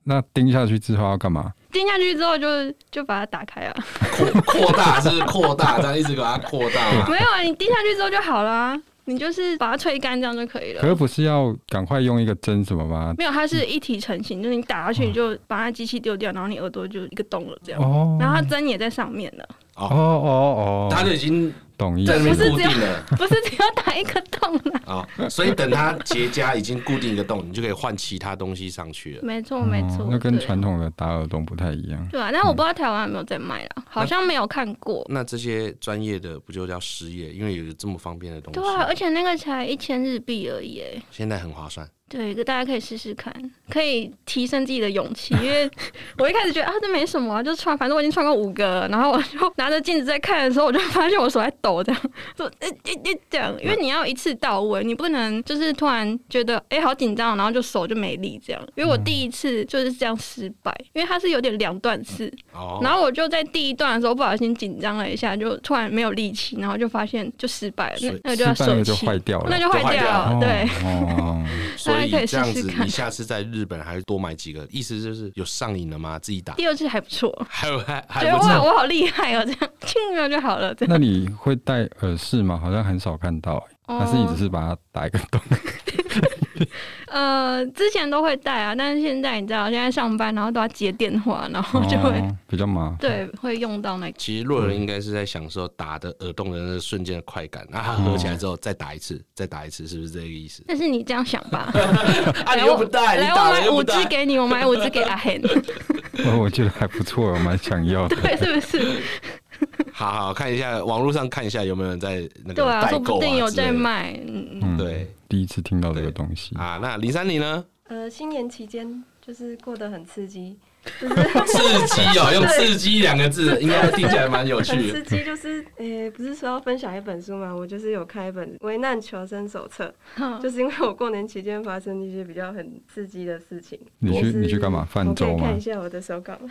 A: 那钉下去之后要干嘛？
H: 钉下去之后就就把它打开啊，
B: 扩扩大是不是扩大，这样一直把它扩大嘛。
H: 没有啊，你钉下去之后就好了啊，你就是把它吹干这样就可以
A: 可是
H: 了。
A: 不是要赶快用一个针什么吗？
H: 没有，它是一体成型，就是你打下去你就把那机器丢掉，然后你耳朵就一个洞了这样，
A: 哦，
H: 然后它针也在上面 啊了，
A: 哦哦哦，
B: 他就已经
A: 懂意
B: 在那边
A: 思。哦
B: 固定了
H: 不是只有打一个洞啦。
B: 啊、哦所以等它结痂已经固定一个洞，你就可以换其他东西上去了。
H: 没错
A: 哦
H: 没错，
A: 那跟
H: 对
A: 传统的打耳洞不太一样。
H: 对啊，但我不知道台湾有没有在卖啦，好像没有看过。
B: 那这些专业的不就叫失业？因为有这么方便
A: 嗯
B: 的东西，
H: 对啊，而且那个才一千日币而已耶，
B: 现在很划算。
H: 对，大家可以试试看，可以提升自己的勇气。因为我一开始觉得啊，这没什么、啊，就穿，反正我已经穿过五个了，然后我就拿着镜子在看的时候，我就发现我手在抖，这样，就呃呃呃这样，因为你要一次到位，你不能就是突然觉得哎、好紧张，然后就手就没力这样。因为我第一次就是这样失败，因为它是有点两段式，
B: 哦，
H: 然后我就在第一段的时候不小心紧张了一下，就突然没有力气，然后就发现就失败了，那
B: 所以
H: 那个就
A: 失
H: 要
A: 败
H: 舍
A: 了就
H: 弃，
A: 坏掉了
H: 那。就坏
B: 就坏
H: 掉
B: 掉了
H: 了，对。
A: 哦，
B: 所以
H: 大家可以
B: 这样
H: 试
B: 子
H: 试，看
B: 你下次在日本还是多买几个，意思就是有上瘾了吗？自己打，
H: 第二次还不错，
B: 还有还
H: 觉
B: 还
H: 得
B: 不
H: 哇，
B: 错。
H: 我好厉害哦，这样听了就好了，这样。
A: 那你会戴耳饰吗？好像很少看到、 还是你只
H: 哦
A: 是把它打一个洞？
H: 呃，之前都会带啊，但是现在你知道，现在上班然后都要接电话，然后 就会、
A: 哦、比较麻烦。
H: 对会用到那个。
B: 其实洛人应该是在享受打的耳洞的那个瞬间的快感，啊，他合起来之后再打一次，再打一次，是不是这个意思？
H: 但是你这样想吧，
B: 啊，你
H: 来
B: 又
H: 我
B: 不带，你
H: 来
B: 打
H: 我
B: 了
H: 买
B: 又不
H: 五
B: 带
H: 支。给你，我买五支给阿 hen，
A: 哦，我觉得还不错，我蛮想要 的。
H: 对，是不是？
B: 好好看一下，网络上看一下有没有人在那
H: 对
B: 个
H: 啊，
B: 代
H: 说
B: 购
H: 不定有
B: 之类
H: 在
B: 的
H: 卖，嗯，嗯
A: 嗯，
B: 对，
A: 第一次听到这个东西，
B: 啊。那林珊你呢？
C: 呃，新年期间就是过得很刺激，
B: 刺激哦，用“刺激”两个字，应该听起来蛮有
C: 很
B: 趣
C: 刺
B: 的。
C: 激，就是诶、不是说要分享一本书吗？我就是有开一本《危难求生手册》，
A: 嗯
C: 就是因为我过年期间发生一些比较很刺激的事情。
A: 你去
C: 就是
A: 你去干嘛？泛
C: 我可
A: 舟
C: 以
A: 吗
C: 看一？下我的手稿 吗？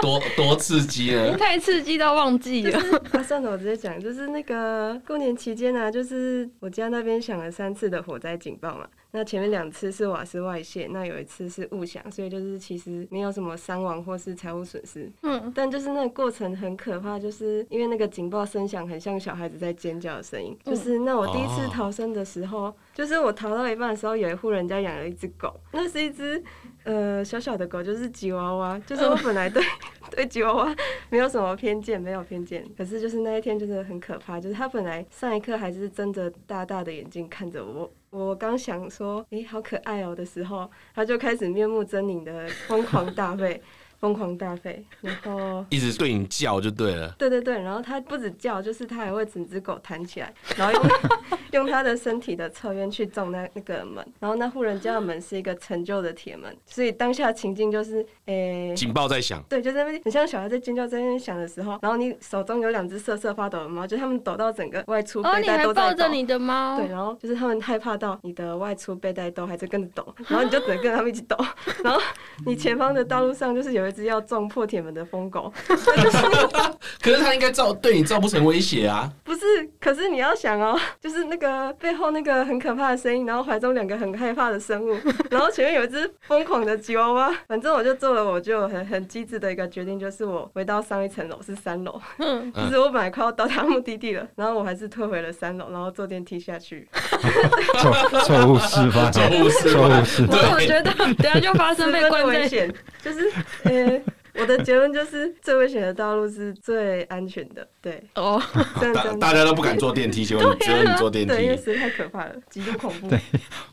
B: 多多刺激呢！
H: 太刺激到忘记了。
C: 啊，算了，我直接讲，就是那个过年期间呢、啊，就是我家那边响了三次的火灾警报嘛。那前面两次是瓦斯外泄，那有一次是误响，所以就是其实没有什么伤亡或是财务损失。
H: 嗯，
C: 但就是那个过程很可怕，就是因为那个警报声响很像小孩子在尖叫的声音。就是那我第一次
B: 哦
C: 逃生的时候，就是我逃到一半的时候，有一户人家养了一只狗，那是一只呃小小的狗，就是吉娃娃。就是我本来对、 对吉娃娃没有什么偏见，没有偏见，可是就是那一天就是很可怕，就是它本来上一刻还是睁着大大的眼睛看着我。我刚想说，诶、好可爱哦、的时候，它就开始面目狰狞的疯狂大吠，疯狂大吠，然后
B: 一直对你叫就对了。
C: 对对对，然后它不止叫，就是它还会整只狗弹起来，然后用 用它的身体的侧边去撞那那个门，然后那户人家的门是一个陈旧的铁门，所以当下情境就是，诶、
B: 警报在响，
C: 对，就在那边，很像小孩在尖叫在那边响的时候，然后你手中有两只瑟瑟发抖的猫，就它们抖到整个外出
H: 哦，
C: 背
H: 你
C: 带
H: 还
C: 都在
H: 抱
C: 抖。
H: 着你哦的猫，
C: 对，啊然后就是他们害怕到你的 外出背带都还在跟着抖，然后你就只能跟着他们一起抖，然后你前方的道路上就是有儿子要撞破铁门的疯狗，
B: 可是他应该造对你造不成威胁啊。
C: 不是？可是你要想哦， 就是那个背后那个很可怕的声音，然后怀中两个很害怕的生物， 然后前面有一只疯狂的吉娃娃。反正我就做了，我就很很机智的一个决定，就是我回到上一层楼是三楼，
H: 嗯，
C: 就是我本来快要到达目的地了，然后我还是退回了三楼，然后坐电梯下 去。
A: 错错误示 范，
B: 错误示范
A: 错误示
H: 不
A: 范
H: 是， 我觉得等下就发
C: 十
H: 生被
C: 分
H: 关
C: 的危
H: 在。
C: 险，就是 呃，我的结论就是最危险的道路是最安全的，对，
H: 哦，
C: 真的
B: 大
C: 真的
B: 大家都不敢坐电梯，结果你只有你坐电
C: 对，因为
B: 梯。
C: 实在太可怕了，极度恐怖，
A: 对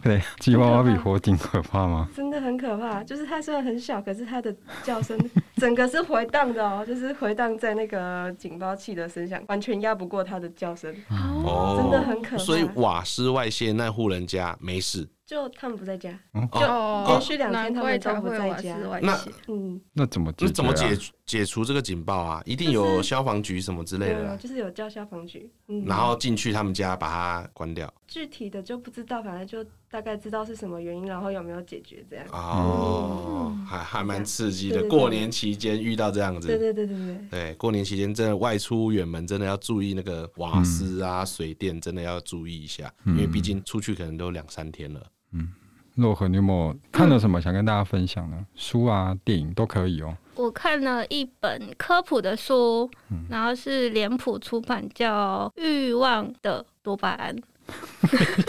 A: 对，吉娃娃比火警可怕吗？
C: 真的很可怕。就是它虽然很小，可是它的叫声 整个是回荡的哦，就是回荡在那个警报器的声响，完全压不过它的叫声，
B: 哦
C: 真的很可怕。
B: 所以瓦斯外泄那户人家没事，
C: 就他们不在家，
H: 哦
C: 连续两天他们都
H: 难
C: 不
H: 怪
C: 在
H: 才会瓦
C: 家
H: 斯外
B: 那
H: 泄
C: 嗯，
A: 那怎么解决、
B: 那
A: 啊？
B: 怎么解解除这个警报啊？一定
C: 就
B: 有
C: 是
B: 消防局什么之类的
C: 有
B: 啊，
C: 就是有叫消防局，嗯，
B: 然后进去他们家把它关掉。
C: 具体的就不知道，反正就大概知道是什么原因，然后有没有解决这样。
B: 哦，还还蛮刺激
C: 对
B: 的。
C: 对对
B: 过年期间遇到这样
C: 对
B: 子，
C: 对对对对，
B: 对，过年期间真的外出远门，真的要注意那个瓦斯啊、
C: 嗯
B: 水电，真的要注意一下，因为毕竟出去可能都两三天了。
A: 洛和你有没有看了什么想跟大家分享呢？书啊、电影都可以哦。
H: 我看了一本科普的书，然后是脸谱出版，叫《欲望的多巴胺》，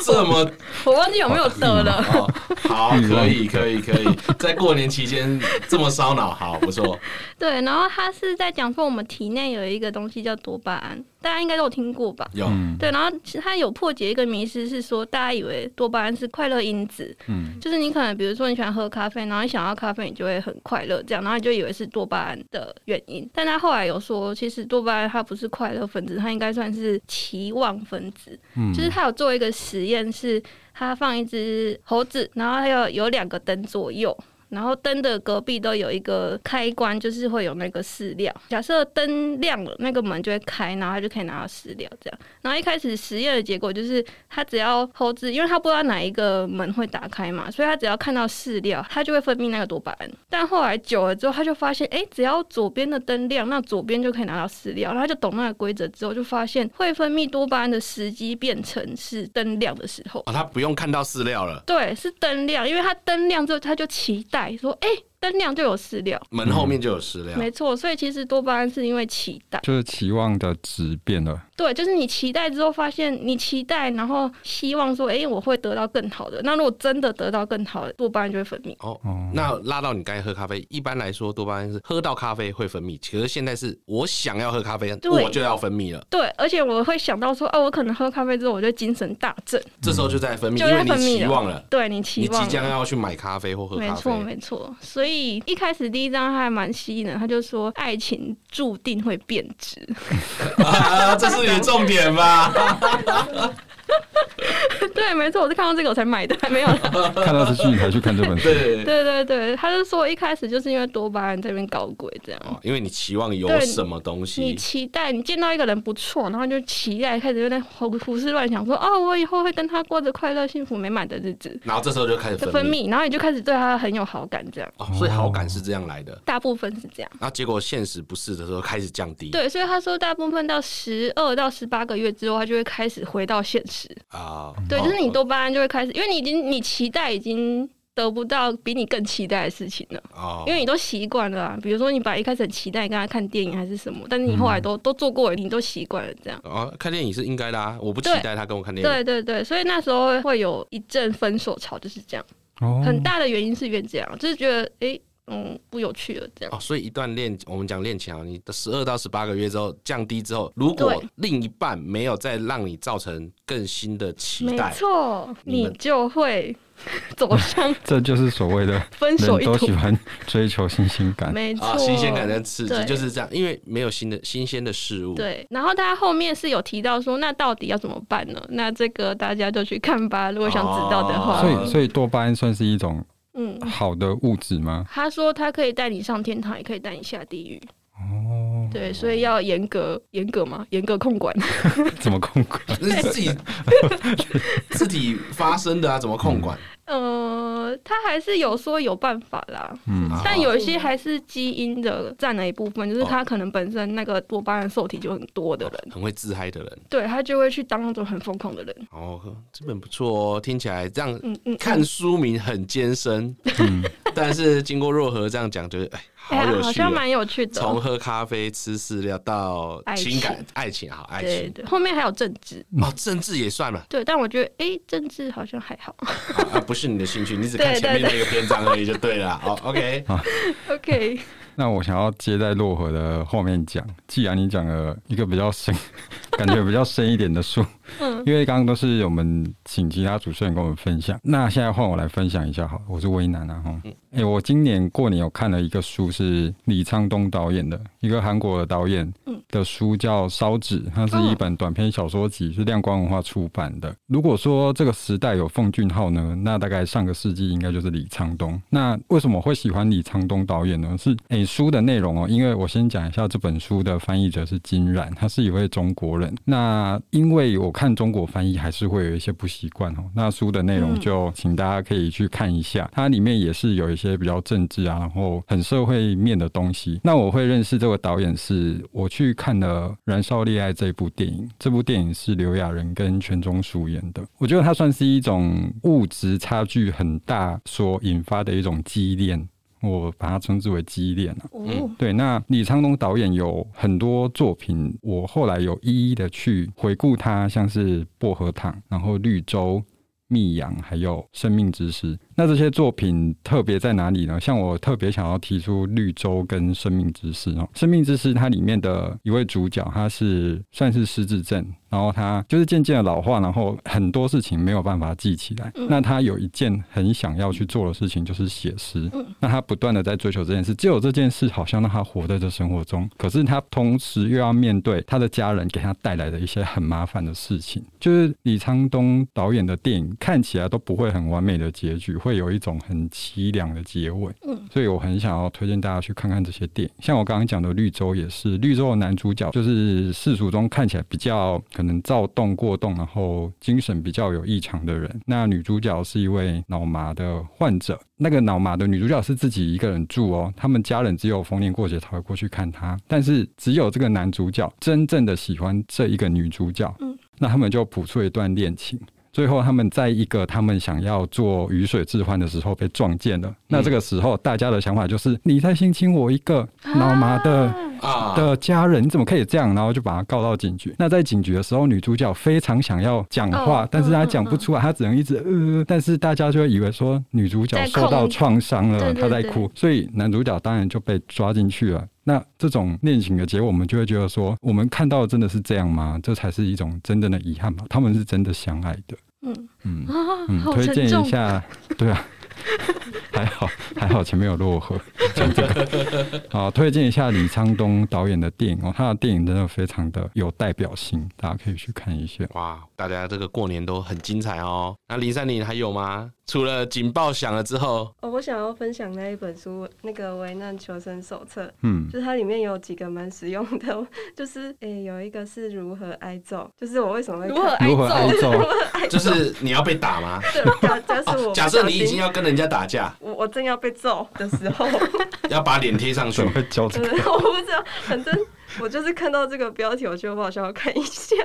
B: 这么
H: 我忘记有没有得了。
B: 哦，好，
A: 欲望
B: 可以，可以， 可以，在过年期间这么烧脑，好，不错。
H: 对，然后他是在讲说我们体内有一个东西叫多巴胺，大家应该都有听过吧？
B: 有，
A: 嗯
H: 对，然后其实他有破解一个迷思，是说大家以为多巴胺是快乐因子，
A: 嗯，
H: 就是你可能比如说你喜欢喝咖啡，然后你想要咖啡，你就会很快乐，这样，然后你就以为是多巴胺的原因。但他后来有说，其实多巴胺它不是快乐分子，它应该算是期望分子。
A: 嗯
H: 就是他有做一个实验，是他放一只猴子，然后还有有两个灯左右。然后灯的隔壁都有一个开关，就是会有那个饲料。假设灯亮了，那个门就会开，然后他就可以拿到饲料这样。然后一开始实验的结果就是，他只要猴子，因为他不知道哪一个门会打开嘛，所以他只要看到饲料，他就会分泌那个多巴胺。但后来久了之后，他就发现，哎，只要左边的灯亮，那左边就可以拿到饲料。然后他就懂那个规则之后，就发现会分泌多巴胺的时机变成是灯亮的时候。
B: 哦，他不用看到饲料了，
H: 对，是灯亮，因为他灯亮之后，他就期待说，哎，灯亮就有饲料。
B: 门后面就有饲料。
H: 没错，所以其实多巴胺是因为期待。
A: 就是期望的值变了。
H: 对，就是你期待之后，发现你期待，然后希望说，诶，我会得到更好的。那如果真的得到更好的，多巴胺就会分泌。
B: 哦，
A: 哦，
B: 那拉到你刚才喝咖啡，一般来说多巴胺是喝到咖啡会分泌，可是现在是我想要喝咖啡，
H: 对
B: 我就要分泌了，
H: 对，而且我会想到说，哦、我可能喝咖啡之后，我就精神大振。
B: 这时候就在分泌，
H: 就
B: 因
H: 在
B: 为
H: 分
B: 你
H: 泌
B: 期
H: 了
B: 望了。
H: 对你
B: 你
H: 期望
B: 即将要去买咖啡或喝
H: 没
B: 咖
H: 错，
B: 啡，
H: 没错。所以一开始第一章还蛮吸引人，他就说爱情注定会变质。
B: 啊，这是你的重点吧？
H: 对，没错，我是看到这个我才买的，还没有。
A: 看到资讯才去看这本书。
B: 对，
H: 对对对，他就说一开始就是因为多巴胺这边搞鬼这样。
B: 哦因为你期望有
H: 对
B: 什么东
H: 你
B: 西，
H: 期待你见到一个人不错，然后就期待开始有点胡胡思乱想说，哦，我以后会跟他过着快乐、幸福、美满的日子，
B: 然后这时候就开始
H: 就
B: 分
H: 分
B: 泌。
H: 泌，然后你就开始对他很有好感，这样，
B: 哦，所以好感是这样来的。
H: 大部分是这样。
B: 然后结果现实不是的时候开始降低。
H: 对，所以他说，大部分到十二到十八个月之后，他就会开始回到现实。
B: 啊，
H: 对，
B: 哦
H: 就是你多巴胺就会开始，因为你已经你期待已经得不到比你更期待的事情了。
B: 哦
H: 因为你都习惯了、啊，比如说你本来一开始很期待跟他看电影还是什么，但是你后
A: 嗯
H: 来都、都做过了，你都习惯了这样。
B: 哦，看电影是应该的啊，我不期
H: 对
B: 待他跟我看电影。
H: 对对对，所以那时候会有一阵分手潮，就是这样。
A: 哦，
H: 很大的原因是因为这样，就是觉得诶，嗯，不有趣了这样。
B: 哦，所以一段恋，我们讲恋情啊，你的十二到十八个月之后降低之后，如果
H: 对
B: 另一半没有再让你造成更新的期
H: 没
B: 待，
H: 错，
B: 你
H: 你
B: 们
H: 就会 走向
A: 这就是所谓的
H: 分手
A: 人
H: 一
A: 都
H: 途
A: 喜。欢追求新鲜感。
H: 没错，
B: 啊，新鲜感跟刺激
H: 对
B: 就是这样，因为没有新的新鲜的事物。，
H: 对，然后他后面是有提到说，那到底要怎么办呢？那这个大家就去看吧。如果想知道的
A: 哦
H: 话，
A: 所以，所以多巴胺算是一种
H: 嗯，
A: 好的物质吗？
H: 他说他可以带你上天堂，也可以带你下地狱。
A: 哦，
H: 对，所以要严格严格嘛，严格控管。
A: 怎么控管？
B: 那是自己自己发生的啊，怎么控管？
H: 呃，得他还是有说有办法啦，
A: 嗯，
H: 但有一些还是基因的占了一部分，就是他可能本身那个多巴胺受体就很多的人，
B: 很会自嗨的人。
H: 对他就会去当那种很疯狂的人。
B: 哦，这本不错哦，听起来这样
H: 嗯嗯，
B: 看书名很艰 深，但是经过若何这样讲，就是哎，好
H: 哎呀
B: 有
H: 好
B: 趣
H: 像
B: 哦。
H: 蛮有趣的。
B: 从喝咖啡、吃饲料到
H: 爱情
B: 情感、爱情，好爱
H: 对
B: 情
H: 对，后面还有政治，
B: 哦，政治也算了，
H: 对，但我觉得哎、政治好像还好。
B: 好啊，不是你的兴趣，你只看
H: 对
B: 前面
H: 对
B: 那个篇章而已就对了。哦，OK，
H: OK，
A: 那我想要接在洛河的后面讲，既然你讲了一个比较深， 感觉比较深一点的书，
H: 嗯
A: 因为刚刚都是我们请其他主持人跟我们分享，那现在换我来分享一下好了，我是威南啊哈，诶、我今年过年有看了一个书，是李沧东导演的一个韩国的导演的书，叫《烧纸》，它是一本短篇小说集，是亮光文化出版的。如果说这个时代有奉俊昊呢，那大概上个世纪应该就是李沧东。那为什么会喜欢李沧东导演呢？是诶、书的内容哦，因为我先讲一下这本书的翻译者是金冉，他是一位中国人。那因为我看中国翻译还是会有一些不习惯哦，那书的内容
G: 嗯
A: 就请大家可以去看一下，它里面也是有一些比较政治啊，然后很社会面的东西。那我会认识这个导演是我去看了《燃烧恋爱》这部电影，这部电影是刘亚仁跟全钟淑演的，我觉得它算是一种物质差距很大所引发的一种畸恋。我把它称之为畸恋啊，
H: 哦，
A: 对，那李沧东导演有很多作品，我后来有一一的去回顾他，像是《薄荷糖》，然后《绿洲》。密阳，还有生命之诗，那这些作品特别在哪里呢？像我特别想要提出绿洲跟生命之诗哦。生命之诗它里面的一位主角，他是算是失智症，然后他就是渐渐的老化，然后很多事情没有办法记起来。那他有一件很想要去做的事情，就是写诗。那他不断的在追求这件事，只有这件事好像让他活在这生活中，可是他同时又要面对他的家人给他带来的一些很麻烦的事情。就是李沧东导演的电影看起来都不会很完美的结局，会有一种很凄凉的结尾。
H: 嗯，
A: 所以我很想要推荐大家去看看这些电影。像我刚刚讲的《绿洲》也是，《绿洲》的男主角就是世俗中看起来比较可能躁动过动，然后精神比较有异常的人。那女主角是一位脑麻的患者，那个脑麻的女主角是自己一个人住哦，他们家人只有逢年过节才会过去看她，但是只有这个男主角真正的喜欢这一个女主角，
H: 嗯
A: 那他们就谱出一段恋情。最后，他们在一个他们想要做雨水置换的时候被撞见了。那这个时候，大家的想法就是：你在性侵我一个脑麻的
B: 啊，
A: 的家人，你怎么可以这样？然后就把他告到警局。那在警局的时候，女主角非常想要讲话，
H: 哦
A: 但是她讲不出来，她只能一直呃。但是大家就会以为说女主角
H: 在
A: 受到
H: 控
A: 创伤了，
H: 对对
A: 她在哭，所以男主角当然就被抓进去了。那这种恋情的结果，我们就会觉得说，我们看到的真的是这样吗？这才是一种真正的遗憾嘛。他们是真的相爱的。
H: 嗯
A: 嗯
H: 啊
A: 嗯，
H: 好
A: 推荐
H: 沉重
A: 一，下，对啊， 还好还好前面有落河，讲这个好，推荐一下李沧东导演的电影哦，他的电影真的非常的有代表性，大家可以去看一下。
B: 哇，大家这个过年都很精彩哦。那零三年还有吗？除了警报响了之后，
C: 哦，我想要分享那一本书，那个《危难求生手册》，
A: 嗯，
C: 就是它里面有几个蛮实用的， 就是诶、有一个是如何挨揍，就是我为什么会
H: 如
C: 看
H: 何挨
A: 如何挨
H: 揍？
A: 揍？
B: 就是你要被打吗？
C: 对假假使我、
B: 哦、假设你已经。要跟人家打架，
C: 我我正要被揍的时候，
B: 要把脸贴上去
A: 怎么，会教这
C: 就
A: 个？
C: 是我不知道，反正我就是看到这个标题，我觉得我好像要看一 下，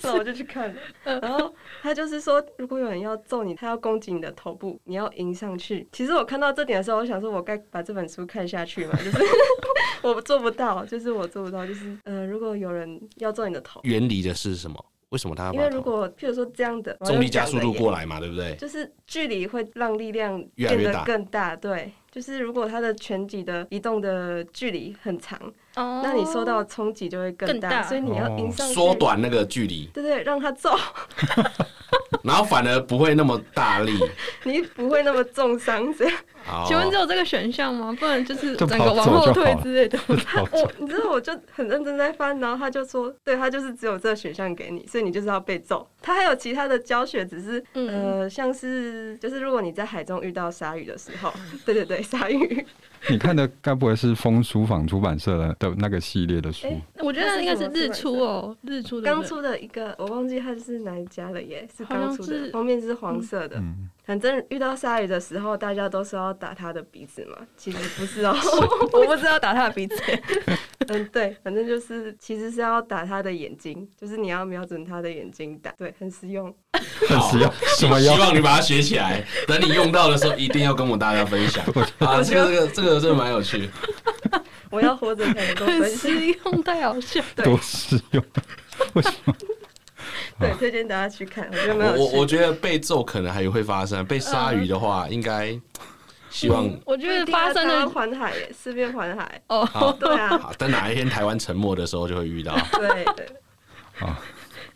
C: 然后我就去看了。
B: 嗯
C: 然后他就是说，如果有人要揍你，他要攻击你的头部，你要迎上去。其实我看到这点的时候，我想说，我该把这本书看下去嘛，就是 我做不到，就是我做不到，就是呃，如果有人要揍你的头，
B: 原理的是什么？为什么他要
C: 因
B: 把
C: 为如
B: 头
C: 果譬如说这样的
B: 重力加速度过
C: 来。
B: 来嘛，对不对？
C: 就是距离会让力量
B: 越来越
C: 变得
B: 大
C: 更大，对。就是如果它的拳击的移动的距离很长，
H: 哦
C: 那你受到冲击就会更
H: 更大
C: 所以你要迎上去
B: 哦缩，短那个距离，
C: 对对，让它揍，
B: 然后反而不会那么大力。
C: 你不会那么重伤。 这样，
B: 好
H: 请问只有这个选项吗？不然就是
A: 就
H: 整
A: 跑
H: 个往
A: 走
H: 后
A: 就
H: 退
A: 好了
H: 之类的吗。
A: 好
C: 我你知道，我就很认真在翻，然后他就说，对他就是只有这个选项给你，所以你就是要被揍。他还有其他的教学，只是、
H: 嗯
C: 呃，像是就是如果你在海中遇到鲨鱼的时候， 对对对，鲨鱼，
A: 你看的该不会是风书坊出版社的的那个系列的书？
C: 哎
H: 我觉得应该是日出
C: 哦。
H: 哦，日出的
C: 刚出的一个，我忘记它是哪一家了耶，是
H: 好像
C: 刚出的
H: 是，
C: 封面是黄色的，
A: 嗯，
C: 反正遇到鲨鱼的时候，大家都说要打它的鼻子嘛，其实不是哦，我不知道打它的鼻子。嗯，对，反正就是其实是要打它的眼睛，就是你要瞄准它的眼睛打，对，很实用。
A: 很 实用
B: 好，
A: 什么用
B: 希？望你把它学起 来，等你用到的时候一定要跟我大家分享。啊，这个这个这个真的蛮有趣。
C: 我要活着才能够
H: 很
C: 分享，
H: 实用，太好笑。
A: 多实用。
C: 对，推荐大家去看，我觉得蛮
B: 我
C: 有
B: 我
C: 趣的
B: 我。觉得被揍可能还会发生，被鲨鱼的话应该希望
A: 嗯
H: 我觉
C: 不
H: 得
C: 一定啊
H: 发生
C: 台湾
H: 的
C: 环海耶，四面环海，
H: 哦，
B: 好
C: 对啊，
B: 好，等哪一天台湾沉没的时候就会 遇到，
C: 对对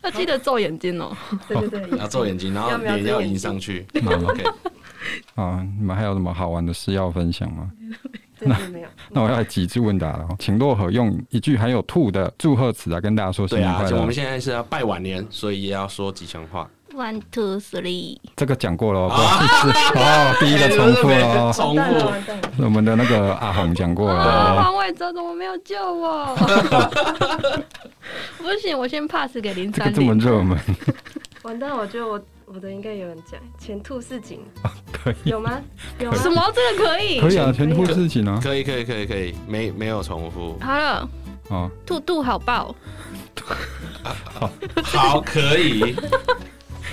H: 要记得皱眼睛哦。
C: 对对对
B: 要，揍眼睛，然后
C: 要瞄
B: 脸
C: 准
B: 要
C: 眼
B: 迎
C: 睛
B: 上去。
A: 嗯
B: OK，
A: 啊，你们还有什么好玩的事要分享吗？
C: 真的没有。
A: 那我要来极致问答了哦。请洛河用一句含有“吐”的祝贺词来跟大家说新
B: 对
A: 年
B: 啊，
A: 快
B: 而且
A: 乐。
B: 我们现在是要拜晚年，所以也要说吉祥话。
H: One two three，
A: 这个讲过了
B: 啊
A: 哦，不好意思，哦， 第一个重复
B: 哎
A: 了哦。
B: 重
C: 完蛋了
B: 复。
C: 完蛋了，
A: 我们的那个阿红讲过了
H: 啊，
A: 哦。
H: 方伟哲怎么没有救 我？不行，我先 pass 给林
A: 这个
H: 三
A: 这么
H: 林。
A: 热门，
C: 完蛋了！我觉得我我的应该有人讲前兔似锦，
A: 可以
C: 有 吗？有吗？
H: 什么？这个可以。
A: 可？以啊，全部事情啊。
B: 可以可以可以可以，没没有重复
H: 好了，
A: 哦，
H: 兔兔好抱，
B: 好，可 以，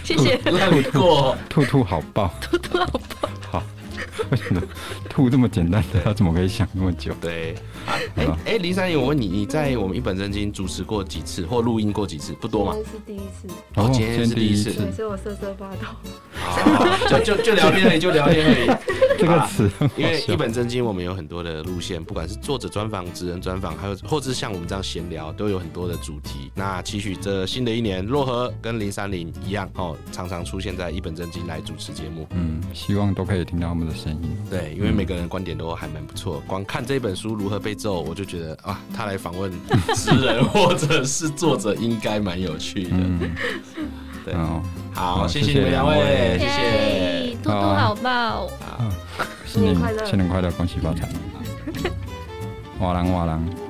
H: 谢谢。
B: 让你过。
A: 兔兔好 棒，兔兔
H: 好
A: 棒。好， 为什么兔这么简单的，他怎么可以想那么久？
B: 对，
A: 好
B: 啊哎
A: 吧
B: 哎，林三林，我问你，你在我们一本正经主持过几次，或录音过几次？不多嘛
C: 今。天是第一次，
B: 哦
A: 哦，
B: 今天是第一次
C: 对，所以我瑟瑟发抖。
A: 啊
B: 好 就就就聊天而已，就聊天而已。
A: 这个词很好
B: 因为一
A: 笑。
B: 本正经，我们有很多的路线，不管是作者专访、职人专访，还有或者是像我们这样闲聊，都有很多的主题。那期许这新的一年，洛河跟林三林一样哦，常常出现在一本正经来主持节目。
A: 嗯，希望都可以听到他们的声音。
B: 对，因为每个人观点都还蛮不错。光看这本书如何被揍，我就觉得啊，他来访问 诗人或者是作者，应该蛮有趣的。
A: 嗯，哦
B: 对，
A: 好，
B: 好，
A: 好
B: 谢
A: 谢
B: 谢
A: 谢啊
B: 你们两位，谢
H: 耶
B: 谢。
H: 兔兔好抱，
A: 新
C: 新年快乐
A: 新年快乐，恭喜发财。瓦郎瓦郎。